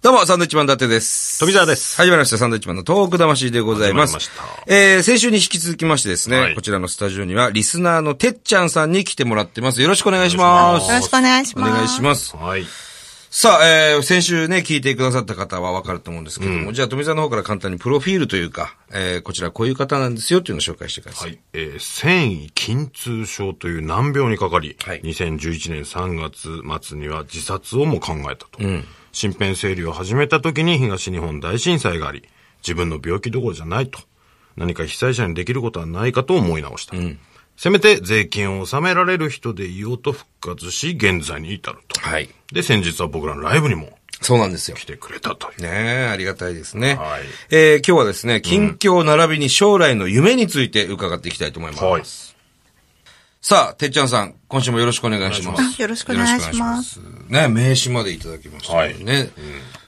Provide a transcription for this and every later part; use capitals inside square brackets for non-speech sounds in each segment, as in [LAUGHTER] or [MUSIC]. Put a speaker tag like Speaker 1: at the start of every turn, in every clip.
Speaker 1: どうも、サンドイッチマン伊達です。
Speaker 2: 富澤です
Speaker 1: 始まりました、サンドイッチマンの東北魂でございます。
Speaker 2: 始まりまし
Speaker 1: えー、先週に引き続きましてですね、
Speaker 2: はい
Speaker 1: こちらのスタジオには、リスナーのてっちゃんさんに来てもらってます。よろしくお願いします。
Speaker 2: よ
Speaker 3: よろしくお願いし
Speaker 1: お
Speaker 3: ます。
Speaker 1: 願いします。
Speaker 2: はい。
Speaker 1: さあ、えー、先週ね、聞いてくださった方はわかると思うんですけども、じゃあ、富澤の方から簡単にプロフィールというか、えー、こちらこういう方なんですよっていうのを紹介してくださ。
Speaker 2: はいい。えー繊維筋痛症という難病にかかり、
Speaker 1: はい
Speaker 2: 2011年3月末には自殺をも考えたと。身辺整理を始めた時に東日本大震災があり、自分の病気どころじゃないと。何か被災者にできることはないかと思い直した。せめて税金を納められる人でいようと復活し、現在に至ると。
Speaker 1: はい。
Speaker 2: で、先日は僕らのライブにも
Speaker 1: そうなんですよ
Speaker 2: 来。てくれたという。
Speaker 1: ねえ、ありがたいですね。
Speaker 2: はい
Speaker 1: えー今日はですね、近況並びに将来の夢について伺っていきたいと思います。
Speaker 2: [LAUGHS] はい。
Speaker 1: さあ、てっちゃんさん、今週もよろしくお願いします。。
Speaker 3: あよろしくお願いします
Speaker 1: ね、名刺までいただきましたけどね。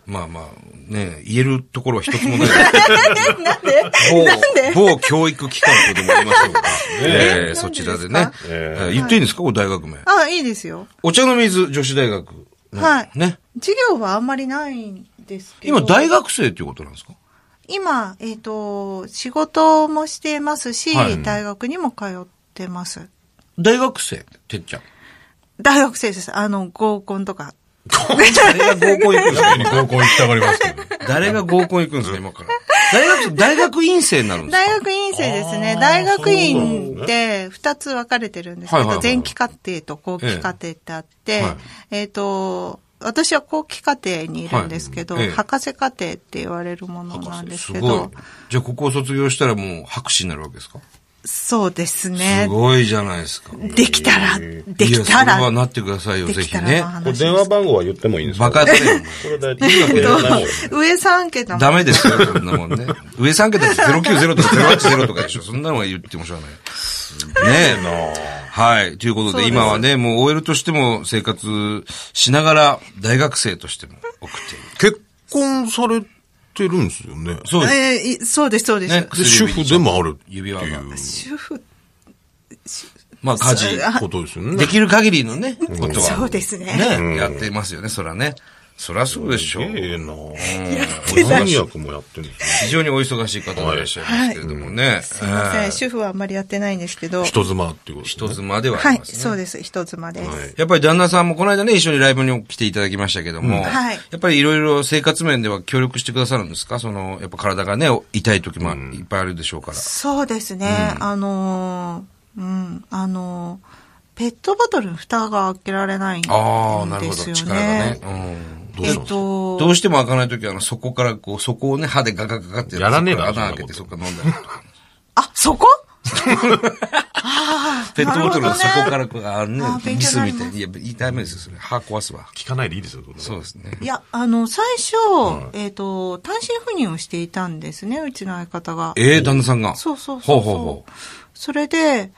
Speaker 1: まあまあ、ね、言えるところは一つもない。
Speaker 3: [LAUGHS]
Speaker 1: なんで某某教育機関とでも言いましょうか。えーそちらでね。えー言っていいんですかこれ大学名。
Speaker 3: あ、いいですよ。
Speaker 1: お茶の水女子大学。
Speaker 3: はい。
Speaker 1: ね。
Speaker 3: 授業はあんまりないんですけど。
Speaker 1: 今、大学生っていうことなんですか
Speaker 3: 今、えっ、と、仕事もしてますし、
Speaker 1: はい
Speaker 3: 大学にも通ってます。
Speaker 1: 大学生てっちゃん。
Speaker 3: 大学生です。あの、合コンとか。
Speaker 1: 誰が合コン行くんですか今
Speaker 2: 合コン行きたがりますけど。
Speaker 1: 誰が合コン行くんですか今から。大学、大学院生になるんですか
Speaker 3: 大学院生ですね
Speaker 2: あ。ー
Speaker 3: 大学院って二つ分かれてるんですけ
Speaker 1: はいはいは
Speaker 3: ど、
Speaker 1: い
Speaker 3: 前期課程と後期課程ってあって
Speaker 1: はい、
Speaker 3: えっと、私は後期課程にいるんですけど、
Speaker 1: はいええ
Speaker 3: 博士課程って言われるものなんです
Speaker 1: す
Speaker 3: け
Speaker 1: ごい
Speaker 3: ど、。
Speaker 1: じゃあ、ここを卒業したらもう博士になるわけですか
Speaker 3: そうです
Speaker 1: す
Speaker 3: ね。
Speaker 1: ごいじゃないですか。
Speaker 3: できたら、で
Speaker 1: い
Speaker 3: き
Speaker 1: やそ
Speaker 3: た
Speaker 1: れは
Speaker 3: ら、
Speaker 1: なってくださいよ、
Speaker 3: で
Speaker 1: ぜ
Speaker 3: き
Speaker 1: ひ
Speaker 3: たらの
Speaker 1: ね。
Speaker 3: 話
Speaker 2: こ
Speaker 3: で
Speaker 2: れ
Speaker 3: す。
Speaker 2: 電話番号は言ってもいいんですか
Speaker 1: バ
Speaker 3: [LAUGHS]
Speaker 1: カだよ。
Speaker 2: これ大体電話番号
Speaker 3: 上3桁
Speaker 1: ダ
Speaker 3: の
Speaker 1: メですよ、そんなもんね。上3桁って090とか080とかでしょ。そんなのは言ってもしょうがない。ねえ。はい。ということ
Speaker 3: そう
Speaker 1: で、
Speaker 3: です
Speaker 1: 今はね、もう OL としても生活しながら、大学生としても送っている。
Speaker 2: 結婚されてるんですよね。
Speaker 1: そうです。
Speaker 3: えーいそうです、そうです。
Speaker 1: ね
Speaker 2: で主婦でもあるってい
Speaker 1: 指輪が
Speaker 2: う
Speaker 3: 主婦、
Speaker 1: まあ、家事。
Speaker 2: ことですよね。
Speaker 1: できる限りのね、ことは。
Speaker 3: そうですね。
Speaker 1: ね、やってますよね、そらね。そらそうでしょう。
Speaker 2: ええなぁ。
Speaker 3: てた
Speaker 2: 何役もやってるんですね。
Speaker 1: 非常にお忙しい方でいらっしゃいますけれどもね。
Speaker 3: すいま
Speaker 1: え
Speaker 3: せ
Speaker 1: え
Speaker 3: ん、主婦はあんまりやってないんですけど。
Speaker 2: 人妻っていうことですね
Speaker 1: 人妻ではあ
Speaker 3: は
Speaker 1: り
Speaker 3: い、
Speaker 1: ますね。
Speaker 3: そうです、人妻です。
Speaker 1: やっぱり旦那さんもこの間ね、一緒にライブに来ていただきましたけども、
Speaker 3: はい
Speaker 1: やっぱりいろいろ生活面では協力してくださるんですかその、やっぱ体がね、お痛い時もいっぱいあるでしょうから。
Speaker 3: そうですね、あのー、うん、あのー、ペットボトルの蓋が開けられないんですよね。
Speaker 1: ああ、なるほど。力がね。うん
Speaker 2: どう
Speaker 3: え
Speaker 2: したんで
Speaker 3: っ
Speaker 2: すか
Speaker 3: と、
Speaker 1: どうしても開かない時は、あの、そこからこう、そこをね、歯でガガガガって
Speaker 2: やらねえだろ
Speaker 1: 穴開けて、
Speaker 2: そ
Speaker 1: そ
Speaker 2: ん
Speaker 1: こから飲んだりと
Speaker 3: [LAUGHS]
Speaker 1: か。
Speaker 3: あ、
Speaker 1: [LAUGHS]
Speaker 3: そこああ、
Speaker 1: ペットボトルの
Speaker 3: なるほどね
Speaker 1: 底からこう、あ
Speaker 3: あ
Speaker 1: の
Speaker 3: ー
Speaker 1: ね、
Speaker 3: 勉
Speaker 1: リ
Speaker 3: 強に
Speaker 1: スみたい
Speaker 3: なりま
Speaker 1: に。いや、痛い目ですよ、それ。歯壊すわ。
Speaker 2: 聞かないでいいですよ、。
Speaker 1: そうですすね。
Speaker 3: いや、あの、最初、えっ、と、単身赴任をしていたんですね、うちの相方が。
Speaker 1: ええ旦那さんが。
Speaker 3: そうそうそうそう。
Speaker 1: ほうほうほう。
Speaker 3: それで、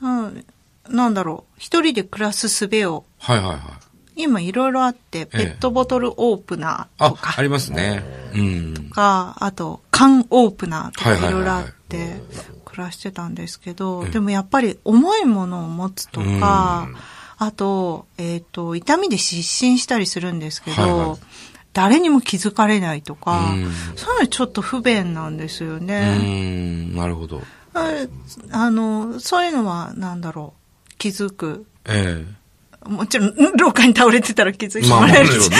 Speaker 3: うん、なんだろう、一人で暮らす術を、
Speaker 1: はいはいはい。
Speaker 3: 今いろいろあって、ペットボトルオープナーと
Speaker 1: あ
Speaker 3: か、、
Speaker 1: ありますね。うん。
Speaker 3: があと、缶オープナーと
Speaker 1: はいはい
Speaker 3: かい
Speaker 1: はいはい
Speaker 3: ろいろあって、暮らしてたんですけど、でもやっぱり重いものを持つとか、あと、えっ、と、痛みで失神したりするんですけど、
Speaker 1: はいはい
Speaker 3: 誰にも気づかれないとか、
Speaker 1: うん
Speaker 3: そういうのちょっと不便なんですよ
Speaker 1: うー
Speaker 3: ね。
Speaker 1: ん、なるほど。
Speaker 3: ああの、そういうのは、なんだろう、気づく。
Speaker 1: ええ
Speaker 3: もちろん、ん廊下に倒れてたら気づいて
Speaker 1: まあ
Speaker 3: もらえるし。
Speaker 2: そう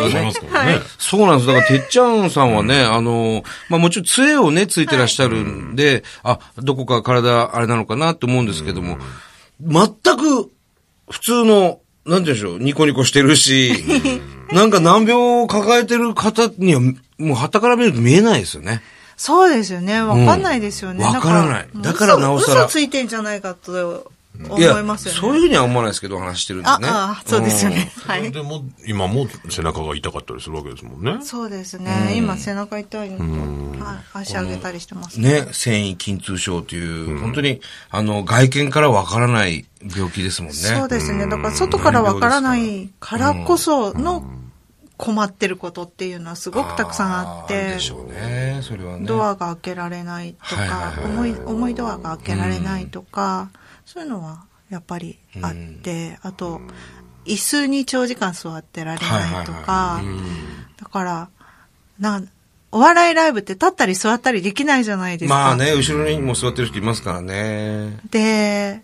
Speaker 2: ございますからね。
Speaker 1: そうなんです。だから、てっちゃんさんはね、あの、まあ、もちろん杖をね、ついてらっしゃるんで、あ、どこか体、あれなのかなと思うんですけども、全く、普通の、なんて言うんでしょう、ニコニコしてるし、なんか難病を抱えてる方には、もう旗から見ると見えないですよね。
Speaker 3: そうですよね。わかんないですよね。
Speaker 1: うん
Speaker 3: だ
Speaker 1: わからない
Speaker 3: もう
Speaker 1: だからなおさら
Speaker 3: 嘘嘘ついてんじゃないかと思いますよね。
Speaker 1: そういうふうには思わないですけど、お話してるんです
Speaker 3: あ、
Speaker 1: ね。
Speaker 3: あ、そうですよ
Speaker 1: うん
Speaker 3: ね。は
Speaker 2: それ
Speaker 3: い。
Speaker 2: でも、今も背中が痛かったりするわけですもんね。
Speaker 3: そうですね。今背中痛いので、はい、足上げたりしてます。
Speaker 1: ね、繊維筋痛症という、本当に、あの、外見からわからない病気ですもんね。
Speaker 3: そうですね。だから外からわからないからこその困ってることっていうのはすごくたくさんあっ
Speaker 1: ーる
Speaker 3: て
Speaker 1: で、しょうね。それはね。
Speaker 3: ドアが開けられないと
Speaker 1: はい
Speaker 3: か
Speaker 1: はい、はい
Speaker 3: 重い、重いドアが開けられないとか、そういうのはやっぱりあって、あと、椅子に長時間座ってられないと
Speaker 1: う
Speaker 3: か
Speaker 1: ん、
Speaker 3: だから、な、お笑いライブって立ったり座ったりできないじゃないですか。
Speaker 1: まあね、後ろにも座ってる人いますからね。
Speaker 3: で、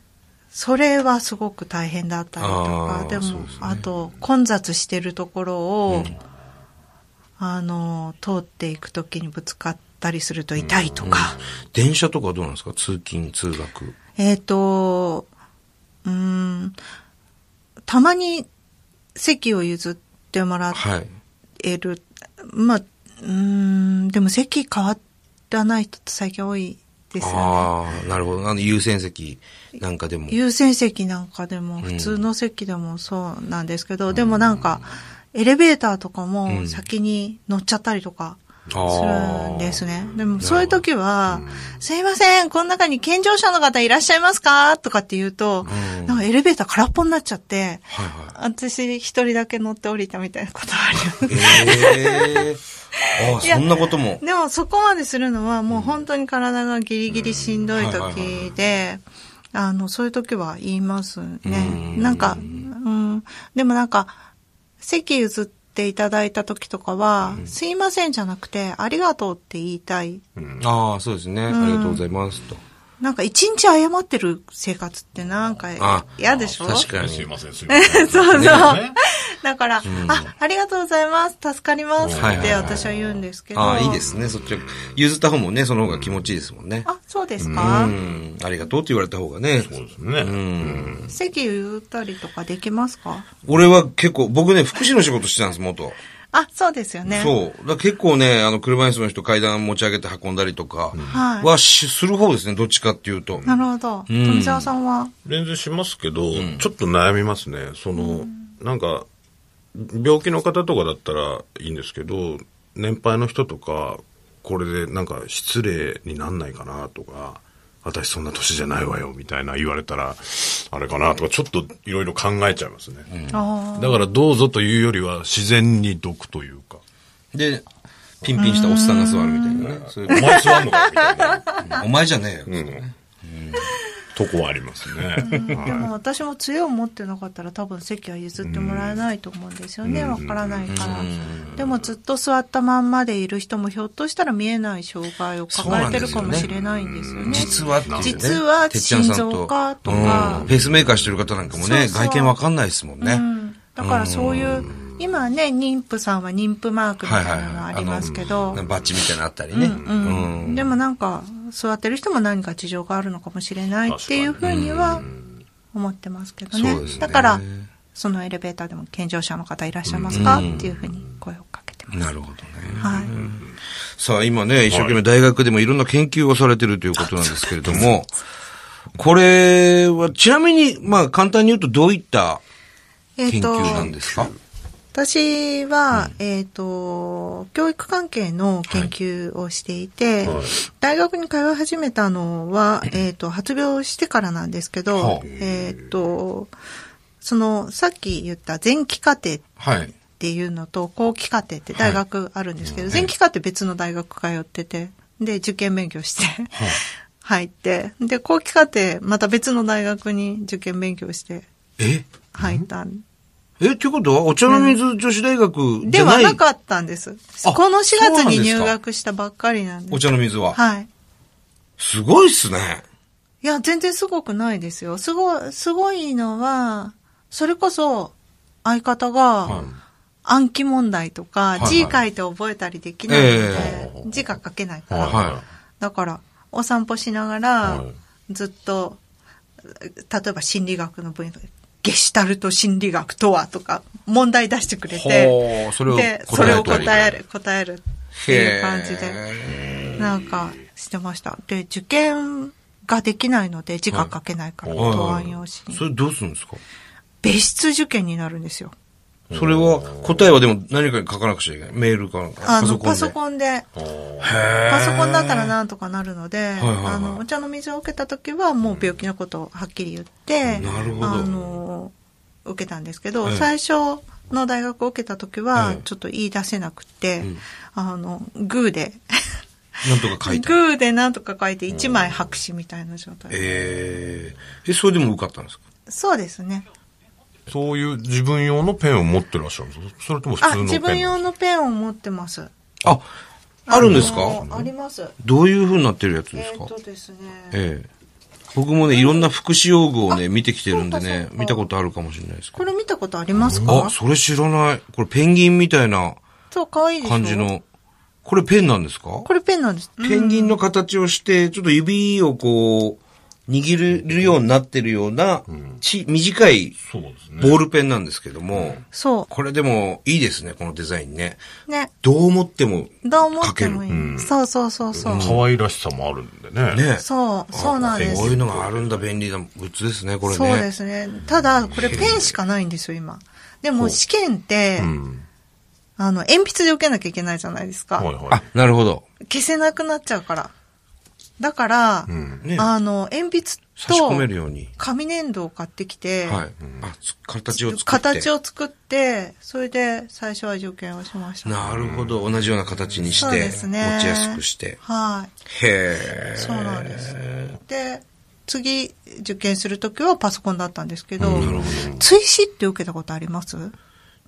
Speaker 3: それはすごく大変だったりと
Speaker 1: あ
Speaker 3: か
Speaker 1: ー、
Speaker 3: でも、
Speaker 1: そうですね
Speaker 3: あと、混雑してるところを、あの、通っていくときにぶつかったりすると痛いとか、
Speaker 1: 電車とかはどうなんですか通勤、通学。
Speaker 3: えっ、と、うーん、たまに席を譲ってもらっ
Speaker 1: はい。
Speaker 3: える、まあ、うーん、でも席変わらない人って最近多いですよね。
Speaker 1: ああ、なるほど。あの、優先席なんかでも。
Speaker 3: 優先席なんかでも、普通の席でもそうなんですけど、でもなんか、エレベーターとか
Speaker 1: う
Speaker 3: も
Speaker 1: ん
Speaker 3: 先に乗っちゃったりとかす
Speaker 1: あー
Speaker 3: るんですね。でもそういう時は、すいません、この中に健常者の方いらっしゃいますかとかって言うと、
Speaker 1: うん
Speaker 3: なんかエレベーター空っぽになっちゃって、
Speaker 1: はいは
Speaker 3: 私一人だけ乗って降りたみたいなことあります
Speaker 1: [LAUGHS]
Speaker 3: [LAUGHS]
Speaker 1: い。。ええああ、
Speaker 3: いや
Speaker 1: そんなことも。
Speaker 3: でもそこまでするのはもう本当に体がギリギリしんど
Speaker 1: う
Speaker 3: い
Speaker 1: んはいはいはいはい
Speaker 3: 時で、あの、そういう時は言いますね。
Speaker 1: ん
Speaker 3: なんか、うん、でもなんか、席譲っていただいた時とかは、すいませんじゃなくて、ありがとうって言いたい。
Speaker 1: ああ、そうですね。ありがとうございます。と。
Speaker 3: なんか一日謝ってる生活ってなん
Speaker 1: あ
Speaker 3: か嫌でしょ
Speaker 1: 確かに。
Speaker 2: すいません、すいま [LAUGHS] せん。
Speaker 3: [LAUGHS] そうそう
Speaker 2: ね
Speaker 3: だから、あ、ありがとうございます、助かります
Speaker 1: はい
Speaker 3: っ
Speaker 1: はい
Speaker 3: て
Speaker 1: はい
Speaker 3: 私は言うんですけど。
Speaker 1: ああ、いいですね。そっちは譲った方もね、その方が気持ちいいですもんね。
Speaker 3: あ、そうです
Speaker 1: う
Speaker 3: か、
Speaker 1: ん。ありがとうって言われた方がね。
Speaker 2: そうですね。うん
Speaker 3: 席譲ったりとかできますか
Speaker 1: 俺は結構、僕ね、福祉の仕事してたんです、元。
Speaker 3: あ、そうですよね。
Speaker 1: そう。だから結構ね、あの、車椅子の人階段持ち上げて運んだりとか、
Speaker 3: はい
Speaker 1: はし、する方ですね、どっちかっていうと。
Speaker 3: なるほど。
Speaker 1: うん
Speaker 3: 富澤さんは、
Speaker 2: 全然しますけど、ちょっと悩みますね。その、なんか、病気の方とかだったらいいんですけど、年配の人とか、これでなんか失礼になんないかなとか、私そんな年じゃないわよみたいな言われたら、あれかなとか、ちょっといろいろ考えちゃいますね。
Speaker 3: あー
Speaker 2: だからどうぞというよりは自然に毒というか。
Speaker 1: で、ピンピンしたおっさんが座るみたいなね。そういう
Speaker 2: お前座んのかみたいな。
Speaker 1: お前じゃねえ
Speaker 2: う
Speaker 1: よ。
Speaker 2: ん。とこはありますね。
Speaker 3: でも私も杖を持ってなかったら多分席は譲ってもらえないと思うんですよね。わからないから。でもずっと座ったまんまでいる人もひょっとしたら見えない障害を抱えてるかもしれないんですよね。
Speaker 1: 実はっていうね。
Speaker 3: 実は
Speaker 1: てっちゃんさん
Speaker 3: 心臓かとか
Speaker 1: うんペースメーカーしてる方なんかもね、
Speaker 3: そうそう
Speaker 1: 外見わかんないですもんね。
Speaker 3: うんだからそういう、今ね、妊婦さんは妊婦マークみたいなのありますけど、
Speaker 1: のバッジみたいなのあったりね。
Speaker 3: うん
Speaker 1: うん
Speaker 3: でもなんか、座ってる人も何か事情があるのかもしれないっていうふうには思ってますけどね。
Speaker 1: そうですね
Speaker 3: だから、そのエレベーターでも健常者の方いらっしゃいますか、っていうふうに声をかけてます。
Speaker 1: なるほどね。
Speaker 3: はい。
Speaker 1: さあ、今ね、一生懸命大学でもいろんな研究をされてるということなんですけれども、これは、ちなみに、まあ、簡単に言うとどういった
Speaker 3: えっ、
Speaker 1: 研究なん
Speaker 3: と、
Speaker 1: ですか、
Speaker 3: 私は、えっ、と、教育関係の研究をしていて、大学に通い始めたのは、えっ、と、発病してからなんですけど、
Speaker 1: はあ
Speaker 3: えっ、と、その、さっき言った前期課程
Speaker 1: はい。
Speaker 3: っていうのと、後期課程って大学あるんですけど、前期課程別の大学通ってて、で、受験勉強して、入って、で、後期課程また別の大学に受験勉強して
Speaker 1: え
Speaker 3: 入ったん
Speaker 1: え、ってことは、お茶の水女子大学じ
Speaker 3: で
Speaker 1: ゃ
Speaker 3: は
Speaker 1: ない、
Speaker 3: なかったんです。
Speaker 1: あ
Speaker 3: この4
Speaker 1: そうな
Speaker 3: 月
Speaker 1: んです
Speaker 3: に
Speaker 1: か
Speaker 3: 入学したばっかりなんです。
Speaker 1: お茶の水は。
Speaker 3: はい。
Speaker 1: すごいっすね。
Speaker 3: いや、全然すごくないですよ。すごい、すごいのは、それこそ、相方が、暗記問題とか、
Speaker 1: いはい
Speaker 3: 字書いて覚えたりできないので、
Speaker 2: ええ
Speaker 3: 字が書けないから、
Speaker 1: は
Speaker 3: だから、お散歩しなが
Speaker 2: は
Speaker 3: ら
Speaker 2: い、
Speaker 3: ずっと、例えば心理学の分野で、ゲシュタルト心理学とはとか、問題出してくれ
Speaker 1: ほ
Speaker 3: て
Speaker 1: う、それを
Speaker 3: で、
Speaker 1: 答
Speaker 3: そ
Speaker 1: え
Speaker 3: れ
Speaker 1: たり
Speaker 3: を答える、答えるっていう感じで、
Speaker 1: へ
Speaker 3: なんかしてました。で、受験ができないので、字が書けないから、
Speaker 1: ー
Speaker 3: 答案用紙
Speaker 1: そ
Speaker 3: に。
Speaker 1: れどうするんですか
Speaker 3: 別室受験になるんですよ。
Speaker 1: それは、答えはでも何かに書かなくちゃいけない。メールかなんか。
Speaker 3: あの、パソ
Speaker 1: ン
Speaker 3: コンで。
Speaker 1: で。
Speaker 3: パソコンだったら
Speaker 1: な。
Speaker 3: なんとかなるので、
Speaker 1: いはいはい
Speaker 3: あの、お茶の水を受けた時はもう病気のことをはっきり言って、
Speaker 1: なるほど
Speaker 3: あの、受けたんですけど、
Speaker 1: ええ
Speaker 3: 最初の大学を受けた時は
Speaker 1: ええ、
Speaker 3: ちょっと言い出せなくて、あの、グーで、
Speaker 1: なんとか
Speaker 3: [LAUGHS] グ
Speaker 1: 書いた。
Speaker 3: ーでなんとか書いて1枚白紙みたいな状態。
Speaker 1: えーえ、それでも受かったんですか
Speaker 3: そうですね。
Speaker 2: そういう自分用のペンを持ってらっしゃるんですかそれとも普
Speaker 3: あ
Speaker 2: 通のペン
Speaker 3: 自分用のペンを持ってます
Speaker 1: あ、あるんですか
Speaker 3: あのあります
Speaker 1: どういう風になってるやつ
Speaker 3: え
Speaker 1: ですか
Speaker 3: ーっとですね、
Speaker 1: ええ。僕もね、いろんな福祉用具をね、見てきてるんで
Speaker 3: そうか
Speaker 1: ね
Speaker 3: そ、うか
Speaker 1: 見たことあるかもしれないですけ
Speaker 3: これ見たことあります
Speaker 1: ど。あ、
Speaker 3: か
Speaker 1: それ知らない。これペンギンみたいな
Speaker 3: そう、可愛いでしょ
Speaker 1: 感じの。これペンなんですか
Speaker 3: これペンなんです。
Speaker 1: ペンギンの形をして、ちょっと指をこう、握れるようになってるような、ち、短い
Speaker 2: そうですね。
Speaker 1: ボールペンなんですけども、
Speaker 3: そ
Speaker 1: これでもいいですね、このデザインね。
Speaker 3: う。ね。
Speaker 1: どう思っても、
Speaker 3: どう思ってもいい。
Speaker 2: かけるうん
Speaker 3: そうそうそうそう。
Speaker 2: 可愛らしさもあるんでね。
Speaker 1: ね。
Speaker 3: そう、そうなんです
Speaker 1: こうい。うのがあるんだ、便利なグッズですね、これね。
Speaker 3: そうですね。ただ、これペンしかないんですよ、今。でも試験って、
Speaker 2: うん。
Speaker 3: あの、鉛筆で受けなきゃいけないじゃないですか。
Speaker 2: はいは
Speaker 1: あ、なるほど。
Speaker 3: 消せなくなっちゃうから。だから、
Speaker 2: い。うん。
Speaker 1: ね。
Speaker 3: あの、鉛筆
Speaker 1: 差し込める
Speaker 3: と
Speaker 1: ように。
Speaker 3: 紙粘土を買ってきて、
Speaker 1: はい。あ、つ形を作って。
Speaker 3: 形を作って、それで最初は受験をしました。
Speaker 1: なるほど。同じような形にし
Speaker 3: そう
Speaker 1: て、
Speaker 3: ですね
Speaker 1: 持ちやすくして。
Speaker 3: はい。
Speaker 1: へえ。
Speaker 3: そうなんです。で、次、受験するときはパソコンだったんですけど、追試って受けたことあります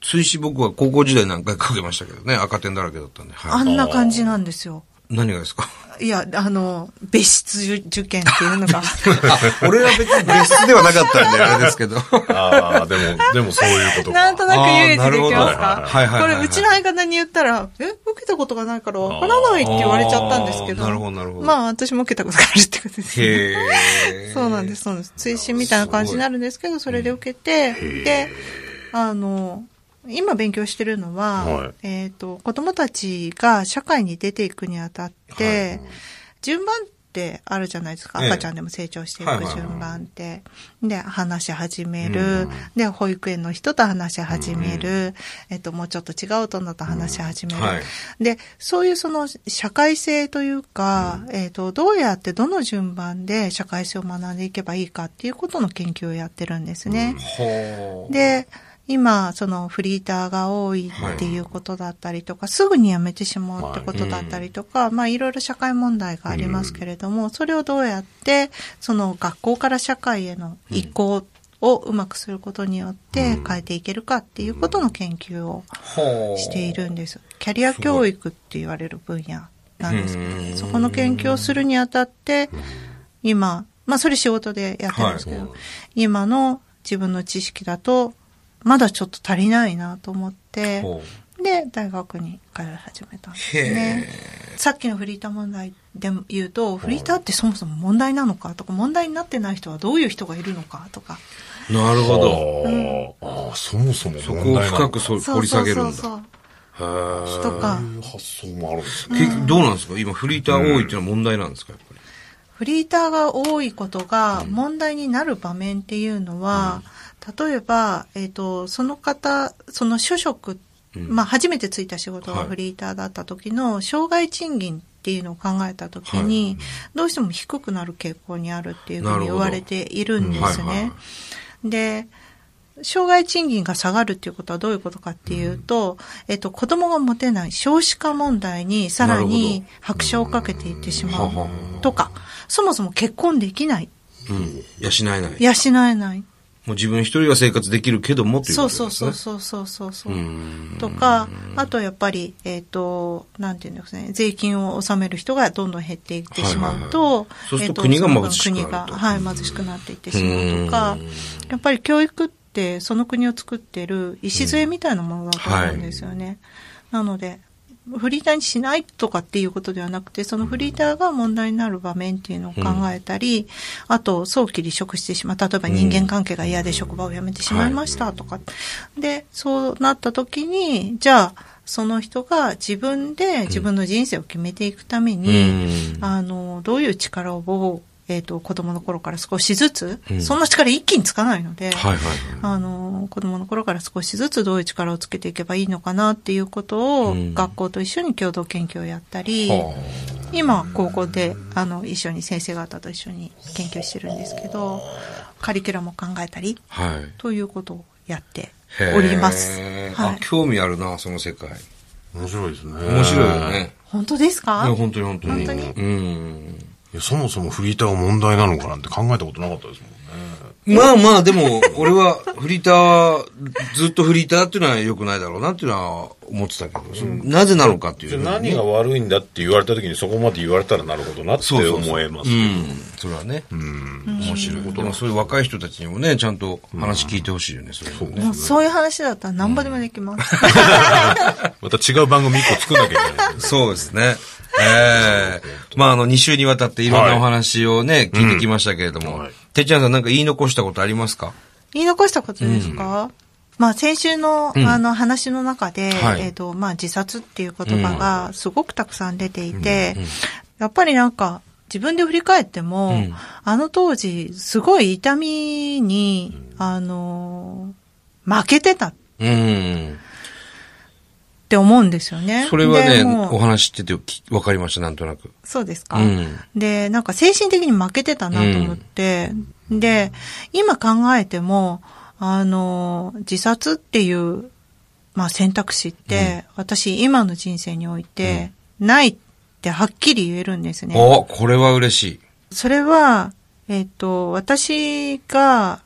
Speaker 1: 追試僕は高校時代何回か受けましたけどね、赤点だらけだったんで。
Speaker 3: あ
Speaker 1: はい。
Speaker 3: んな感じなんですよ。
Speaker 1: 何がですか
Speaker 3: いや、あの、別室受験っていう
Speaker 1: [LAUGHS]
Speaker 3: のが。
Speaker 1: あ、俺は別に別室ではなかったんで、あれです
Speaker 3: [LAUGHS]
Speaker 1: けど。
Speaker 2: ああ、でも、でもそういうことか。
Speaker 3: なんとなくイメージでき
Speaker 1: あー
Speaker 3: ます
Speaker 1: なるほど
Speaker 3: か
Speaker 1: はいはい
Speaker 3: こ
Speaker 1: はいはい
Speaker 3: れ、うちの相方に言ったら、え、受けたことがないからわからないって言われちゃったんですけど。
Speaker 1: あーなるほどなるほど
Speaker 3: まあ、私も受けたことがあるってことですね
Speaker 1: へえ。
Speaker 3: そうなんです、そうなんです。追試みたいな感じになるんですけど、それで受けて、で、あの、今勉強してるのは、
Speaker 2: はい
Speaker 3: えっ、と、子供たちが社会に出ていくにあたって、順番ってあるじゃないですか。
Speaker 1: ええ
Speaker 3: 赤ちゃんでも成長していく
Speaker 1: はいはいはい
Speaker 3: 順番って。で、話し始める、で、保育園の人と話し始める。えっ、と、もうちょっと違う大人と話し始める。
Speaker 1: うんはい
Speaker 3: で、そういうその社会性というか、えっ、と、どうやってどの順番で社会性を学んでいけばいいかっていうことの研究をやってるんですね。
Speaker 1: ほう。
Speaker 3: で、今、そのフリーターが多いっていうことだったりとか、すぐに辞めてしまうってことだったりとか、まあいろいろ社会問題がありますけれども、それをどうやって、その学校から社会への移行をうまくすることによって変えていけるかっていうことの研究を
Speaker 1: ほう。
Speaker 3: しているんです。キャリア教育って言われる分野なんですけど、そこの研究をするにあたって、今、まあそれ仕事でやってるんですけど、
Speaker 1: はい
Speaker 3: 今の自分の知識だと、まだちょっと足りないなと思って、
Speaker 1: ほ
Speaker 3: で、大学に通い始めたんです
Speaker 1: へ
Speaker 3: ね。さっきのフリーター問題でも言うと、フリーターってそもそも問題なのかとか、問題になってない人はどういう人がいるのかとか、
Speaker 1: う。なるほど。
Speaker 2: あーあー、そもそも
Speaker 1: そこを深く
Speaker 2: そ
Speaker 1: そ
Speaker 3: そう
Speaker 1: 掘り下げる
Speaker 3: そう
Speaker 1: だ。
Speaker 3: んそう
Speaker 1: へー
Speaker 3: そうとか
Speaker 2: う、いう発想もあるんですね。
Speaker 1: 結局どうなんですか今フリーター多いっていうのは問題なんですかやっぱり。
Speaker 3: フリーターが多いことが問題になる場面っていうのは、例えば、えっ、と、その方、その所職、まあ、初めてついた仕事
Speaker 1: は
Speaker 3: が
Speaker 1: い
Speaker 3: フリーターだった時の、障害賃金っていうのを考えた時に、どうしても低くなる傾向にあるっていうふうに言われているんです
Speaker 1: なるほどうんはいはい
Speaker 3: ね。で、障害賃金が下がるっていうことはどういうことかっていうと、えっと、子供が持てない少子化問題にさらに拍車をかけていってしま
Speaker 1: うんはは
Speaker 3: うとか、そもそも結婚できない、
Speaker 1: うん。養えない。
Speaker 3: 養えない。
Speaker 1: もう自分一人が生活できるけどもっていうこ
Speaker 3: そ
Speaker 1: と
Speaker 3: う
Speaker 1: です
Speaker 3: そ
Speaker 1: ね。
Speaker 3: うそうそうそうそうそうう。
Speaker 1: ん。
Speaker 3: とか、あとやっぱり、えっ、と、なんていうんですかね、税金を納める人がどんどん減っていってしまうと、
Speaker 1: はいはいはいそうすると
Speaker 3: え
Speaker 1: 国
Speaker 3: っ
Speaker 1: が
Speaker 3: その分
Speaker 1: 貧しくなると
Speaker 3: 国が、はい、貧しくなっていってしまうとか、やっぱり教育ってその国を作ってる礎みたいなものだと思うんですよね。なので、フリーターにしないとかっていうことではなくて、そのフリーターが問題になる場面っていうのを考えたり、あと早期離職してしまう。例えば人間関係が嫌で職場を辞めてしまいましたとか。で、そうなった時に、じゃあ、その人が自分で自分の人生を決めていくために、
Speaker 1: うん
Speaker 3: あの、どういう力を、えっ、と、子供の頃から少しずつ、そんな力一気につかないので、
Speaker 1: はいはい。
Speaker 3: あの、子供の頃から少しずつどういう力をつけていけばいいのかなっていうことを、
Speaker 1: うん
Speaker 3: 学校と一緒に共同研究をやったり、
Speaker 1: は
Speaker 3: 今、高校で、あの、一緒に先生方と一緒に研究してるんですけど、カリキュラムを考えたり、
Speaker 1: あ。はい。
Speaker 3: ということをやって
Speaker 1: へー
Speaker 3: おります。は
Speaker 1: あ
Speaker 3: い、。
Speaker 1: 興味あるな、その世界。
Speaker 2: 面白いですね。
Speaker 1: 面白いよね。
Speaker 3: 本当です
Speaker 1: いや
Speaker 3: か
Speaker 1: 本当に本当に。
Speaker 3: 本当に
Speaker 1: うん。
Speaker 2: いや。そもそもフリーターが問題なのかなんて考えたことなかったですもんね。
Speaker 1: まあまあ、でも、俺はフリーター、ずっとフリーターっていうのは良くないだろうなっていうのは思ってたけど、なぜなのかっていう
Speaker 2: じゃ
Speaker 1: の
Speaker 2: あ
Speaker 1: ね、
Speaker 2: 何が悪いんだって言われた時にそこまで言われたらなるほどなって
Speaker 1: そうそうそう
Speaker 2: 思えます
Speaker 1: う
Speaker 2: けど
Speaker 1: ん、それはね。面白いこと。まあそういう若い人たちにもね、ちゃんと話聞いてほしいよね、それはね。
Speaker 3: もうそういう話だったら何ぼでもできます。
Speaker 1: [LAUGHS]
Speaker 2: また違う番組一個作んなきゃいけない
Speaker 1: そうですね。ええまあ、あの、2週にわたっていろんなお話をね、聞いてきましたけれども、
Speaker 2: はい
Speaker 1: てっちゃんさんなんか言い残したことありますか
Speaker 3: 言い残したことですか、まあ先週の、あの話の中で、
Speaker 1: はい
Speaker 3: えっ、と、まあ自殺っていう言葉がすごくたくさん出ていて、やっぱりなんか自分で振り返っても、
Speaker 1: うん
Speaker 3: あの当時すごい痛みに、あの、負けてたっ
Speaker 1: うん。
Speaker 3: て思うんですよね。
Speaker 1: それはね、
Speaker 3: でもう
Speaker 1: お話しててきわかりました、なんとなく。
Speaker 3: そうですか、
Speaker 1: うん。
Speaker 3: で、なんか精神的に負けてたなと思って、で、今考えても、あの、自殺っていう、まあ選択肢って、私今の人生において、ないってはっきり言えるんですね。
Speaker 1: お、これは嬉しい。
Speaker 3: それは、えっ、と、私が、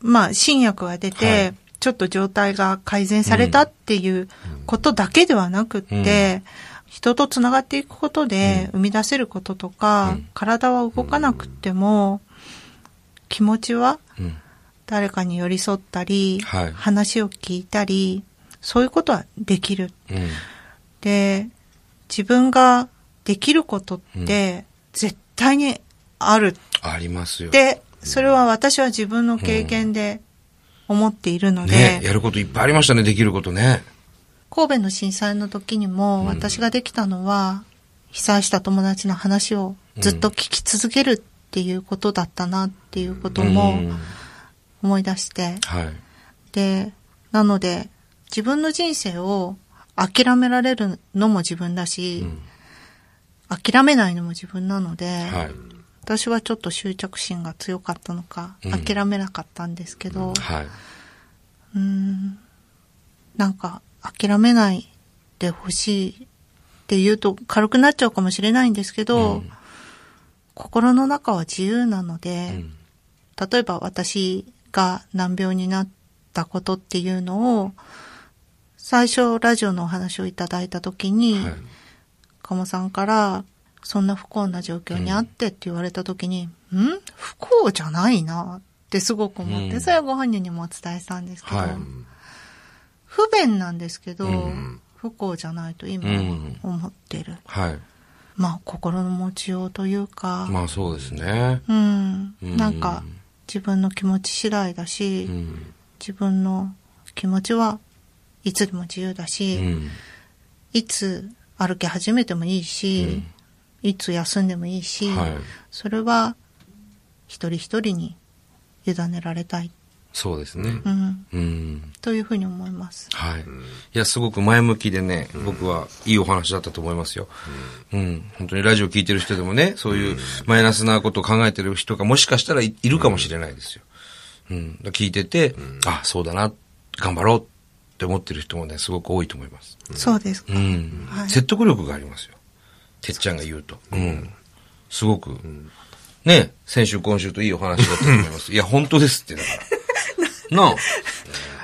Speaker 3: まあ新薬が出て、
Speaker 1: は
Speaker 3: ちょっと状態が改善されたっていうことだけではなくって、人とつながっていくことで生み出せることとか、体は動かなくっても、気持ちは
Speaker 1: うん。
Speaker 3: 誰かに寄り添ったり、
Speaker 1: はい
Speaker 3: 話を聞いたり、そういうことはできる。
Speaker 1: うん。
Speaker 3: で、自分ができることって絶対にある
Speaker 1: ありますよ。
Speaker 3: で、それは私は自分の経験で思っているので
Speaker 1: ね、、やることいっぱいありましたね、できることね。
Speaker 3: 神戸の震災の時にも私ができたのは、被災した友達の話をずっと聞き続けるっていうことだったなっていうことも
Speaker 1: ん
Speaker 3: 思い出して、
Speaker 1: はい。
Speaker 3: で、なので、自分の人生を諦められるのも自分だし、諦めないのも自分なので、
Speaker 1: はい。
Speaker 3: 私はちょっと執着心が強かったのか、
Speaker 1: うん
Speaker 3: 諦めなかったんですけど、
Speaker 1: はい。
Speaker 3: うーんなんか、諦めないでほしいって言うと軽くなっちゃうかもしれないんですけど、
Speaker 1: うん
Speaker 3: 心の中は自由なので、
Speaker 1: うん
Speaker 3: 例えば私が難病になったことっていうのを、最初ラジオのお話をいただいた時に、
Speaker 1: はい
Speaker 3: 鴨さんから、そんな不幸な状況にあってって言われた時に、ん不幸じゃないなってすごく思って、
Speaker 1: うん
Speaker 3: それはご本人にもお伝えしたんですけど、
Speaker 1: はい
Speaker 3: 不便なんですけど、
Speaker 1: うん
Speaker 3: 不幸じゃないと今は思ってる。
Speaker 1: はい。
Speaker 3: まあ心の持ちようというか、
Speaker 1: まあそうですね。
Speaker 3: うん、
Speaker 1: うん
Speaker 3: なんか自分の気持ち次第だし、
Speaker 1: うん。
Speaker 3: 自分の気持ちはいつでも自由だ
Speaker 1: う
Speaker 3: し、
Speaker 1: ん。
Speaker 3: いつ歩き始めてもいいし、いつ休んでもいいし、
Speaker 1: はい
Speaker 3: それは一人一人に委ねられたい、
Speaker 1: そうですね。
Speaker 3: うん、
Speaker 1: うん。
Speaker 3: というふうに思います。
Speaker 1: はい。いや、すごく前向きでね、僕はいいお話だったと思いますよ。うん。本当にラジオ聞いてる人でもね、そういうマイナスなことを考えてる人がもしかしたらいいるかもしれないですよ。うん。だから聞いてて、あ、そうだな、頑張ろうって思ってる人もね、すごく多いと思います。
Speaker 3: そうですか。
Speaker 1: うん。
Speaker 3: はい
Speaker 1: 説得力がありますよ。てっちゃんが言うと。うん。すごく。ね、先週今週といいお話だったと思い
Speaker 2: [LAUGHS]
Speaker 1: ます。いや、本当ですって、だ
Speaker 3: [LAUGHS]
Speaker 1: から。なあ。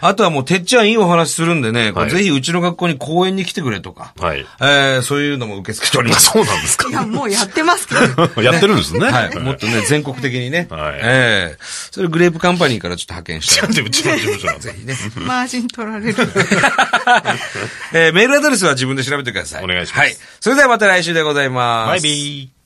Speaker 1: あとはもう、てっちゃんいいお話するんでね、これ
Speaker 2: はい
Speaker 1: ぜひうちの学校に講演に来てくれとか。
Speaker 2: はい
Speaker 1: えーそういうのも受け付けております。
Speaker 2: そうなんですか
Speaker 3: いや、もうやってますけ
Speaker 1: [LAUGHS]
Speaker 3: ど。
Speaker 2: やってるんです [LAUGHS] ね。
Speaker 1: はい。もっとね、全国的にね。
Speaker 2: はい
Speaker 1: ええそれグレープカンパニーからちょっと派遣
Speaker 2: [LAUGHS]
Speaker 1: して。
Speaker 2: うちの事務所なんです。
Speaker 3: マージン取られる。
Speaker 1: えーメールアドレスは自分で調べてください。
Speaker 2: お願いします
Speaker 1: はい。それではまた来週でございます。
Speaker 2: バイビー。